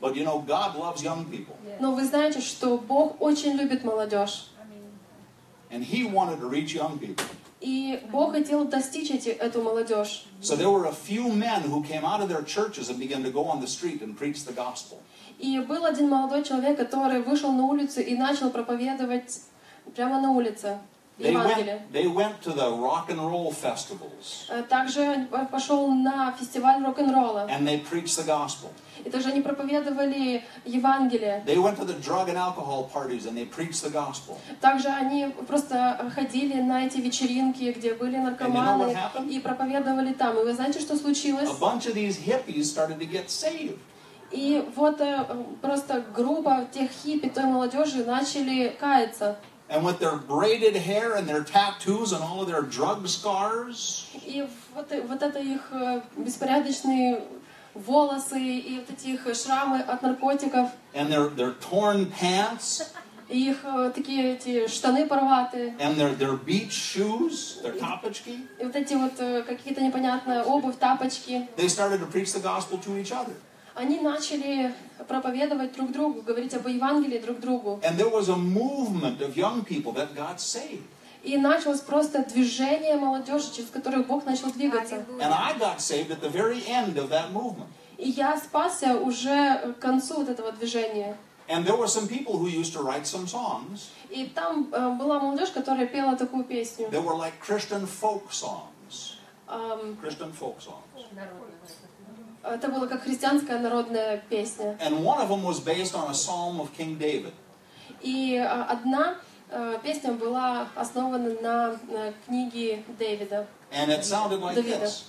But you know, God loves young people.
Но вы знаете, что Бог очень любит молодежь.
And he wanted to reach young people.
И Бог хотел достичь эти, эту молодежь.
So there were a few men who came out of their churches and began to go on the street and preach the gospel.
И был один молодой человек, который вышел на улицу и начал проповедовать прямо на улице
They
Евангелие.
went, they went to the rock and roll festivals
Э, Также пошел на фестиваль рок-н-ролла.
and they preached the gospel.
И также они проповедовали Евангелие.
They went to the drug and alcohol parties and they preached the gospel.
Также они просто ходили на эти вечеринки, где были
And you
наркоманы,
know what happened?
и проповедовали там. И вы знаете, что случилось?
A bunch of these hippies started to get saved.
И вот э, просто группа тех хиппи, той молодежи начали каяться.
And with their braided hair and their tattoos and all of their drug scars,
И вот, э- вот это их э, беспорядочные волосы и вот эти их шрамы от наркотиков,
and their, their torn pants,
и их э, такие эти штаны порватые,
and their, their beach shoes, their tapachki,
и вот эти вот э, какие-то непонятные обувь, тапочки.
they started to preach the gospel to each other.
Они начали проповедовать друг другу, говорить об Евангелии друг другу.
And there was a movement of young people that got saved.
И началось просто движение молодежи, через которое Бог начал двигаться.
And I got saved at the very end of that movement.
И я спасся уже к концу вот этого движения.
And there were some people who used to write some songs
И там э, была молодежь, которая пела такую песню.
that were like Christian folk songs.
Ам,
Christian folk songs.
Это была как христианская народная песня.
And one of them was based on a psalm of King David.
И а, одна э, песня была основана на, на книге Дэвида.
And it sounded like
Давида.
this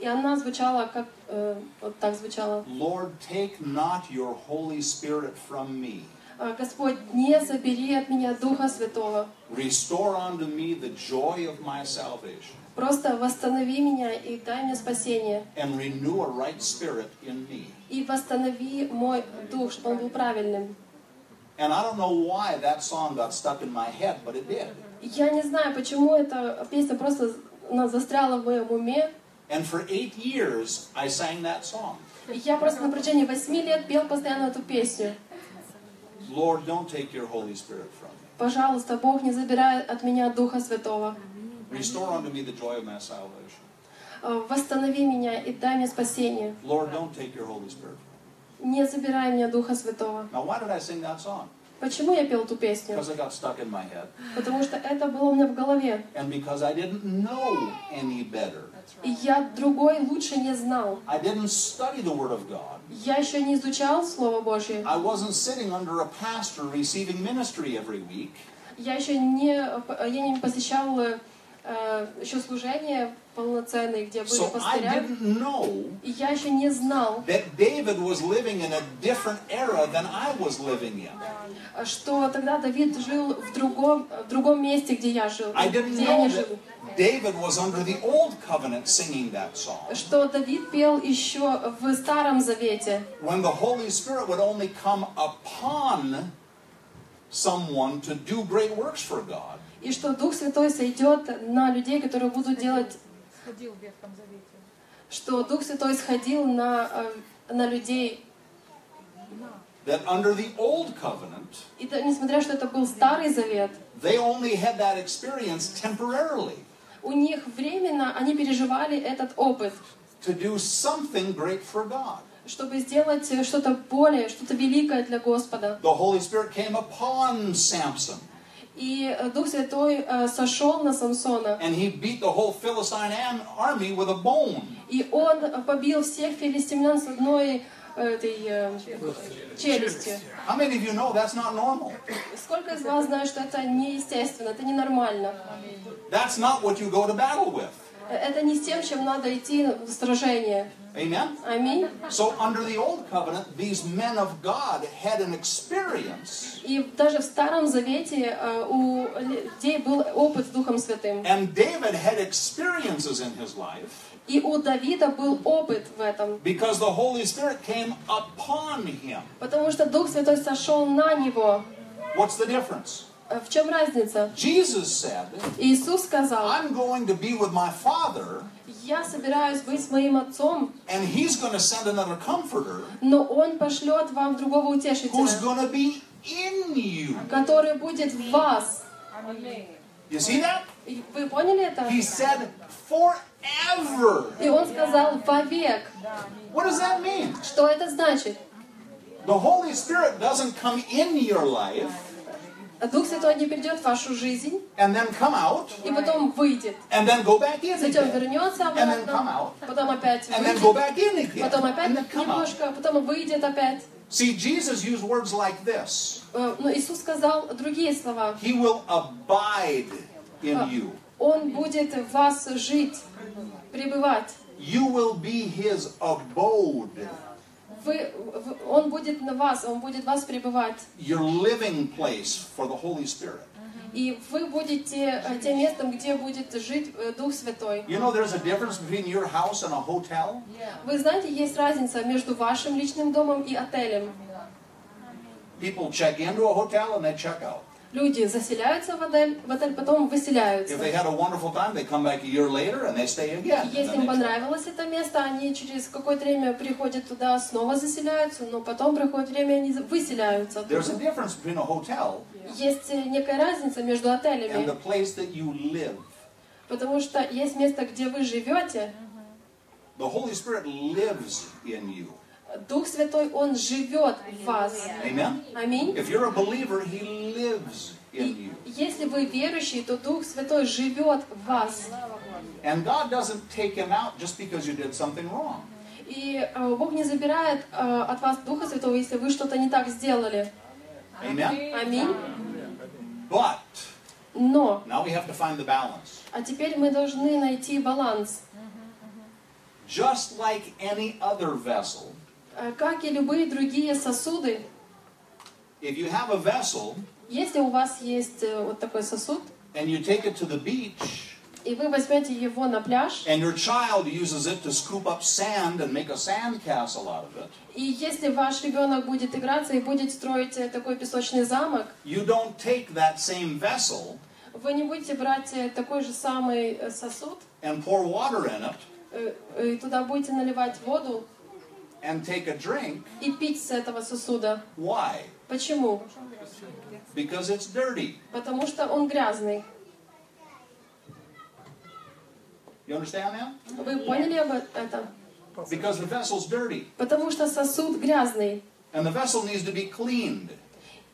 И она звучала как... э, вот так звучала.
Lord, take not your Holy Spirit from me.
А, «Господь, не забери от меня Духа Святого.
Restore unto me the joy of my salvation.
Просто восстанови меня и дай мне спасение.
And renew a right spirit in me.
И восстанови мой дух, чтобы он был правильным».
And I don't know why that song got stuck in my head, but it did.
Я не знаю, почему эта песня просто она застряла в моем уме.
And for eight years, I sang that song.
И Я просто на протяжении восьми лет пел постоянно эту песню.
Lord, don't take your Holy Spirit from me.
Пожалуйста, Бог, не забирай от меня Духа Святого.
Restore unto me the joy of my salvation.
Э, Восстанови меня и дай мне спасение.
Lord, don't take your Holy Spirit from me.
Не забирай меня Духа Святого.
Now, why did I sing that song?
Почему я пел эту песню?
Because it got stuck in my head.
Потому что это было у меня в голове.
And because I didn't know any better.
И я другой лучше не знал.
I didn't study the Word of God.
Я еще не изучал Слово Божье.
I wasn't sitting under a pastor receiving ministry every week.
Я еще не, я не посещал э, еще служения полноценные, где были
So I
пастыря.
didn't know
И я еще не знал,
that David was living in a different era than I was living in.
э, что тогда Давид жил в другом, в другом месте, где я жил,
I didn't
где я
know
не жил.
that David was under the old covenant singing that song.
Что Давид пел еще в Старом Завете,
When the Holy Spirit would only come upon someone to do great works for God.
и что Дух Святой сойдет на людей, которые будут делать,
Ходил в Ветхом Завете.
что Дух Святой сходил на, э, на людей.
That under the old covenant,
И да- несмотря, что это был Старый Завет,
they only had that experience temporarily
у них временно они переживали этот опыт,
to do something great for God.
чтобы сделать э, что-то более, что-то великое для Господа.
The Holy Spirit came upon Samson
И э, Дух Святой э, сошел на Самсона.
and he beat the whole Philistine am- army with a bone.
И он побил всех филистимлян с одной э, этой э, челюстью.
How many of you know that's not normal?
Сколько из вас знают, что это неестественно, это ненормально?
That's not what you go to battle with.
Э, Это не с тем, чем надо идти в сражение.
Amen?
Аминь.
So, under the old covenant, these men of God had an experience,
И даже в Старом Завете э, у людей был опыт с Духом Святым.
and David had experiences in his life
И у Давида был опыт в этом.
because the Holy Spirit came upon him.
Потому что Дух Святой сошел на него.
What's the difference?
Э, В чем разница?
Jesus said,
Иисус сказал,
I'm going to be with my Father,
я собираюсь быть с моим отцом,
and he's going to send another comforter
но он пошлет вам другого утешителя.
who's going to be in you.
который будет в вас.
You see that?
И Вы поняли это?
He said forever.
И он сказал вовек.
What does that mean?
Что это значит?
The Holy Spirit doesn't come in your life
Дух Святой не придет в вашу жизнь
and then come out
и потом выйдет.
and then go back in
Затем
again.
вернется
And then come
обратно,
out.
потом опять
And then go
выйдет,
back in again.
потом
And then
опять
come out.
немножко, потом выйдет опять.
See, Jesus used words like this
Э, Но Иисус сказал другие слова.
He will abide in you,
Он будет в вас жить, пребывать.
you will be His abode,
Вы, в- он будет на вас, он будет вас пребывать.
your living place for the Holy Spirit.
И вы будете э, тем местом, где будет жить э, Дух Святой.
You know, there's a difference between your house and a hotel.
Вы знаете, есть разница между вашим личным домом и отелем.
People check into a hotel and they check out.
Люди заселяются в отель, в отель потом
If
выселяются.
they had a wonderful time, they come back a year later and they stay
И
again.
Если им понравилось это место, они через какое-то время приходят туда, снова заселяются, но потом проходит время, они выселяются. оттуда.
There's a difference between a hotel
Есть э, некая разница между
and the
отелями,
place that you live.
потому что есть место, где вы живете,
The Holy Spirit lives in you.
Дух Святой, Он живет в вас.
Amen?
Аминь.
If you're a believer, He lives in
И
you.
если вы верующий, то Дух Святой живет в вас.
And God doesn't take him out just because you did something wrong.
И э, Бог не забирает э, от вас Духа Святого, если вы что-то не так сделали.
Amen?
Аминь.
But
Но,
now we have to find the balance.
а теперь мы должны найти баланс.
Just like any other vessel,
Э, Как и любые другие сосуды,
if you have a vessel
если у вас есть э, вот такой сосуд,
and you take it to the beach
и вы возьмете его на пляж,
and your child uses it to scoop up sand and make a sand castle out of it,
и если ваш ребенок будет играться и будет строить э, такой песочный замок,
you don't take that same vessel
вы не будете брать э, такой же самый э, сосуд
and pour water in it
э, и туда будете наливать воду
and take a drink.
и пить с этого сосуда.
Why?
Почему?
Because it's dirty.
Потому что он грязный.
You understand that?
Вы поняли об этом?
Because the vessel's dirty
Потому что сосуд грязный.
and the vessel needs to be cleaned.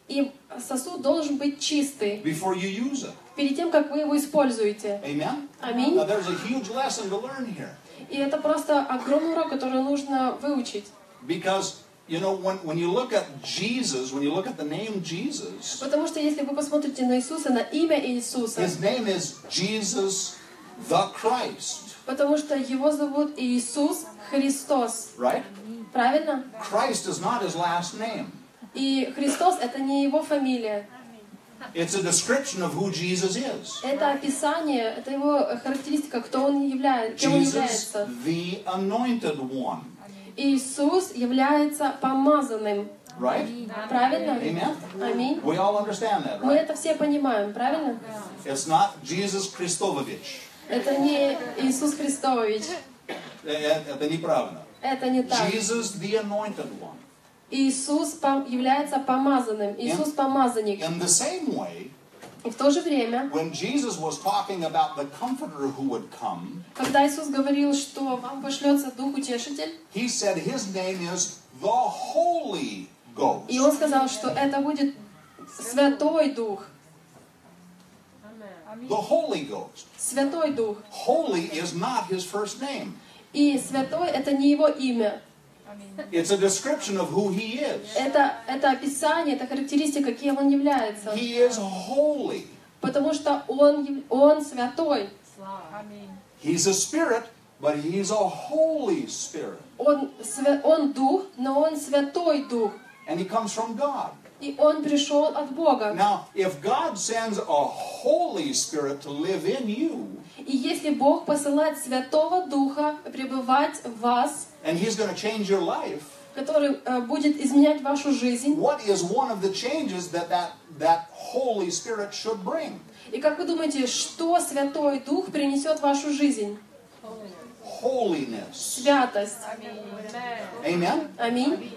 И сосуд должен быть чистый
before you use it.
перед тем, как вы его используете.
Amen?
Аминь.
Now, there's a huge lesson to learn here.
И это просто огромный урок, который нужно выучить.
Because, you know, when, when you look at Jesus, when you look at the name Jesus,
Потому что если вы посмотрите на Иисуса, на имя Иисуса,
his name is Jesus the Christ,
потому что его зовут Иисус Христос,
right?
правильно?
Christ is not his last name.
И Христос это не его фамилия,
It's a description of who Jesus is.
это описание, это его характеристика, кто он является, кем он
Jesus,
является.
the anointed one,
Иисус является помазанным,
right?
правильно?
Amen?
Аминь.
We all understand that,
Мы
right?
это все понимаем, правильно?
It's not Jesus Christovovich.
Это не Иисус Христович,
Э, э, Это неправильно.
это не так.
Jesus the anointed one.
Иисус пом- является помазанным, Иисус помазанник.
In the same way,
И в то же время,
When Jesus was talking about the comforter who would come,
когда Иисус говорил, что вам пошлется Дух Утешитель,
he said his name is the Holy Ghost.
и Он сказал, что это будет Святой Дух,
The Holy Ghost.
Святой Дух.
Holy is not his first name.
И Святой — это не Его имя,
It's a description of who he is.
это, это описание, это характеристика, кем Он является.
He is holy.
Потому что Он, яв- он Святой,
He's a spirit, but he's a holy spirit.
он, свя- он Дух, но Он Святой Дух.
And he comes from God.
И Он пришел от Бога.
Now, if God sends a Holy Spirit to live in you,
И если Бог посылает Святого Духа пребывать в вас,
and he's going to change your life,
который э, будет изменять вашу жизнь,
What is one of the changes that that, that Holy Spirit should bring?
и как вы думаете, что Святой Дух принесет в вашу жизнь?
Holiness.
Святость.
Amen?
Аминь.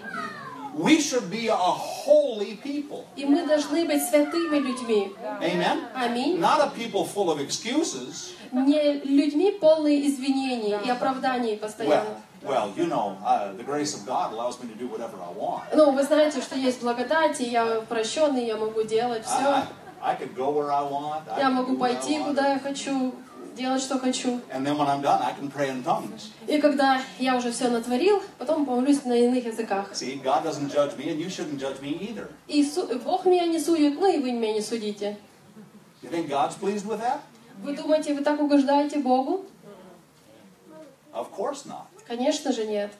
we should be a holy people.
И мы должны быть святыми людьми.
Amen?
Аминь.
Not a people full of excuses.
Не людьми полные извинений и оправданий
Well,
постоянно.
well, you know, uh, the grace of God allows me to do whatever I want.
Ну, вы знаете, что есть благодать, и я прощенный, я могу делать все.
I, I, I could go where I want. I
Я
could do
могу
what I
пойти,
want.
куда я хочу, делать, что хочу.
And then when I'm done, I can pray in tongues.
И когда я уже все натворил, потом помолюсь на иных языках.
See, God doesn't judge me, and you shouldn't judge me either.
И су- Бог меня не судит, ну и вы меня не судите.
You think God's pleased with that?
Вы думаете, вы так угождаете Богу?
Of course not.
Конечно же нет.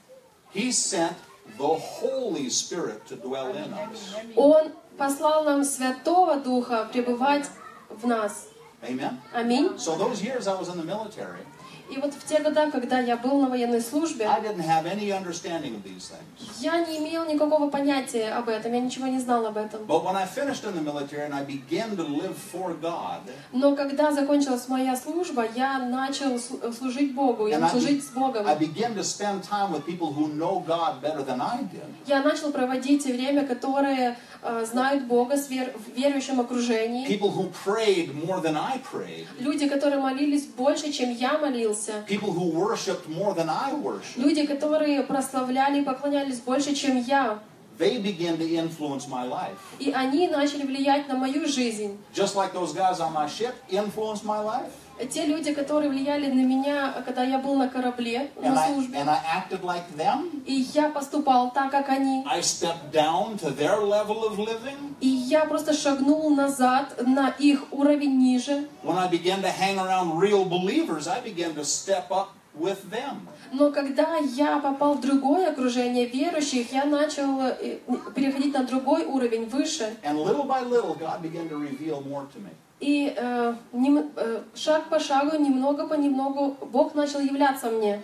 He sent the Holy Spirit to dwell in us.
Он послал нам Святого Духа пребывать в нас.
Amen.
Аминь.
So those years I was in the military,
И вот в те года, когда я был на военной службе,
I didn't have any understanding of these things.
я не имел никакого понятия об этом, я ничего не знал об этом.
But when I finished in the military and I began to live for God,
Но когда закончилась моя служба, я начал слу- служить Богу, я
and
начал
I, be-
жить с Богом.
I began to spend time with people who know God better than I did,
Я начал проводить время, которое э, знают Бога с вер- в верующем окружении.
people who prayed more than I prayed,
Люди, которые молились больше, чем я молился.
people who worshiped more than I worshiped.
Люди, которые прославляли и поклонялись больше, чем я.
They began to influence my life.
И они начали влиять на мою жизнь.
Just like those guys on my ship influenced my life.
Те люди, которые влияли на меня, когда я был на корабле
And
на
I,
службе,
and I acted like them.
и я поступал так, как они.
I stepped down to their level of living.
И я просто шагнул назад на их уровень ниже.
When I began to hang around real believers, I began to step up with them.
Но когда я попал в другое окружение верующих, я начал э, переходить на другой уровень выше.
And little by little, God began to reveal more to me.
И э, нем- э, шаг по шагу, немного понемногу, Бог начал являться мне.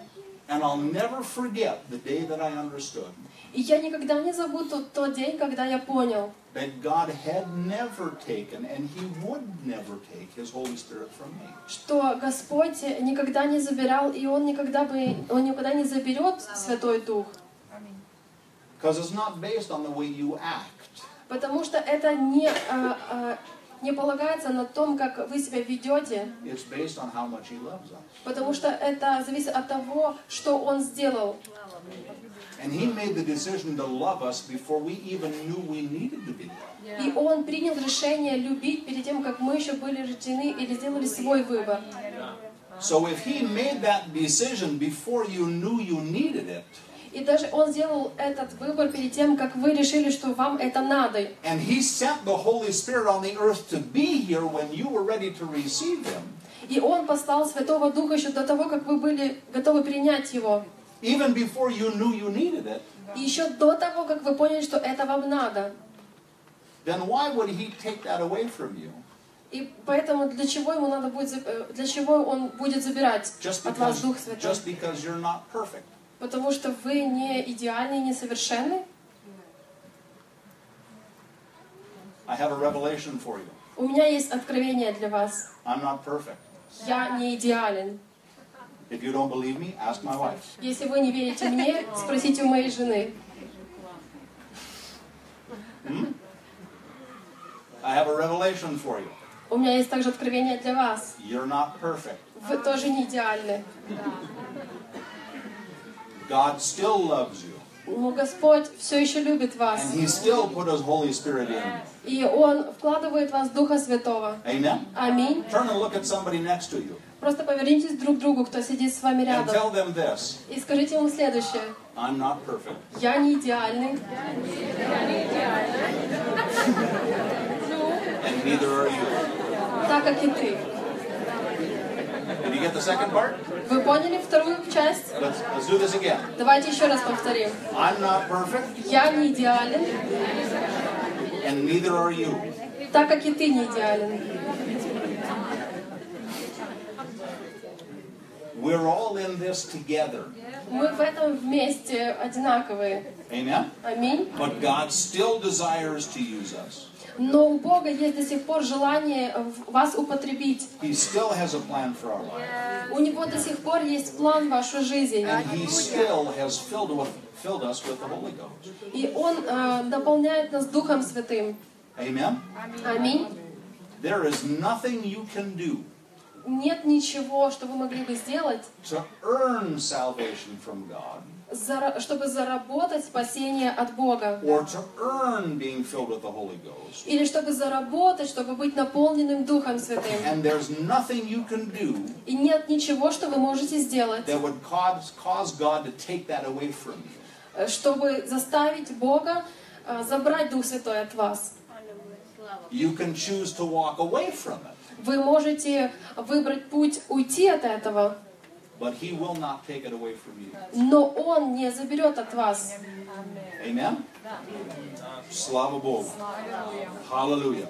And I'll never forget the day that I understood
И я никогда не забуду тот день, когда я понял,
that God had never taken and He would never take His Holy Spirit from me.
что Господь никогда не забирал, и Он никогда бы, Он никогда не заберет Святой Дух,
Because it's not based on the way you act,
потому что это не, а, а, не полагается на том, как вы себя ведете,
it's based on how much He loves us.
потому что это зависит от того, что Он сделал.
And He made the decision to love us before we even knew we needed to be loved.
И Он принял решение любить перед тем, как мы еще были рождены или сделали свой выбор.
So if He made that decision before you knew you needed it,
И даже Он сделал этот выбор перед тем, как вы решили, что вам это надо.
and He sent the Holy Spirit on the earth to be here when you were ready to receive Him,
И Он послал Святого Духа еще до того, как вы были готовы принять Его.
even before you knew you needed it,
И еще до того, как вы поняли, что это вам надо.
then why would He take that away from you?
И поэтому для чего ему надо будет, за- э, для чего он будет забирать
Just
от вас
because,
Дух Святой?
just because you're not perfect.
Потому что вы не идеальны и несовершенны.
I have a revelation for you.
У меня есть откровение для вас.
I'm not perfect.
Я не идеален.
If you don't believe me, ask my wife.
Если вы не верите мне, спросите у моей жены.
I have a revelation for you.
У меня есть также откровение для вас.
You're not perfect.
Вы тоже не идеальны.
God still loves you.
Но Господь все еще любит вас.
And He still put His Holy Spirit in.
И Он вкладывает в вас Духа Святого.
Amen?
Аминь.
Turn and look at somebody next to you
Просто повернитесь друг к другу, кто сидит с вами
and
рядом.
tell them this
И скажите ему следующее.
I'm not perfect.
Я не идеальный,
And neither are you.
так как и ты.
Did you get the second part?
Вы поняли вторую часть?
Let's, let's do this again.
Давайте еще раз повторим.
I'm not perfect,
Я не идеален,
and neither are you.
так как и ты не идеален.
We're all in this together.
Мы в этом вместе одинаковые.
Amen?
Аминь.
But God still desires to use us.
Но у Бога есть до сих пор желание э, в- вас употребить.
He still has a plan for our life.
У Него до сих пор есть план в вашу жизнь.
And He still has filled, with, filled us with the Holy Ghost.
И Он э, дополняет нас Духом Святым.
Amen?
Аминь.
There is nothing you can do
Нет ничего, что вы могли бы сделать,
to earn salvation from God
зара- чтобы заработать спасение от Бога.
or to earn being filled with the Holy Ghost.
Или чтобы заработать, чтобы быть наполненным Духом Святым.
And there's nothing you can do
И нет ничего, что вы можете сделать,
that would cause, cause God to take that away from you.
э, чтобы заставить Бога э, забрать Дух Святой от вас.
You can choose to walk away from it,
Вы можете выбрать путь уйти от этого,
but He will not take it away from you.
но Он не заберет от вас.
Amen? Slava Bogu. Hallelujah.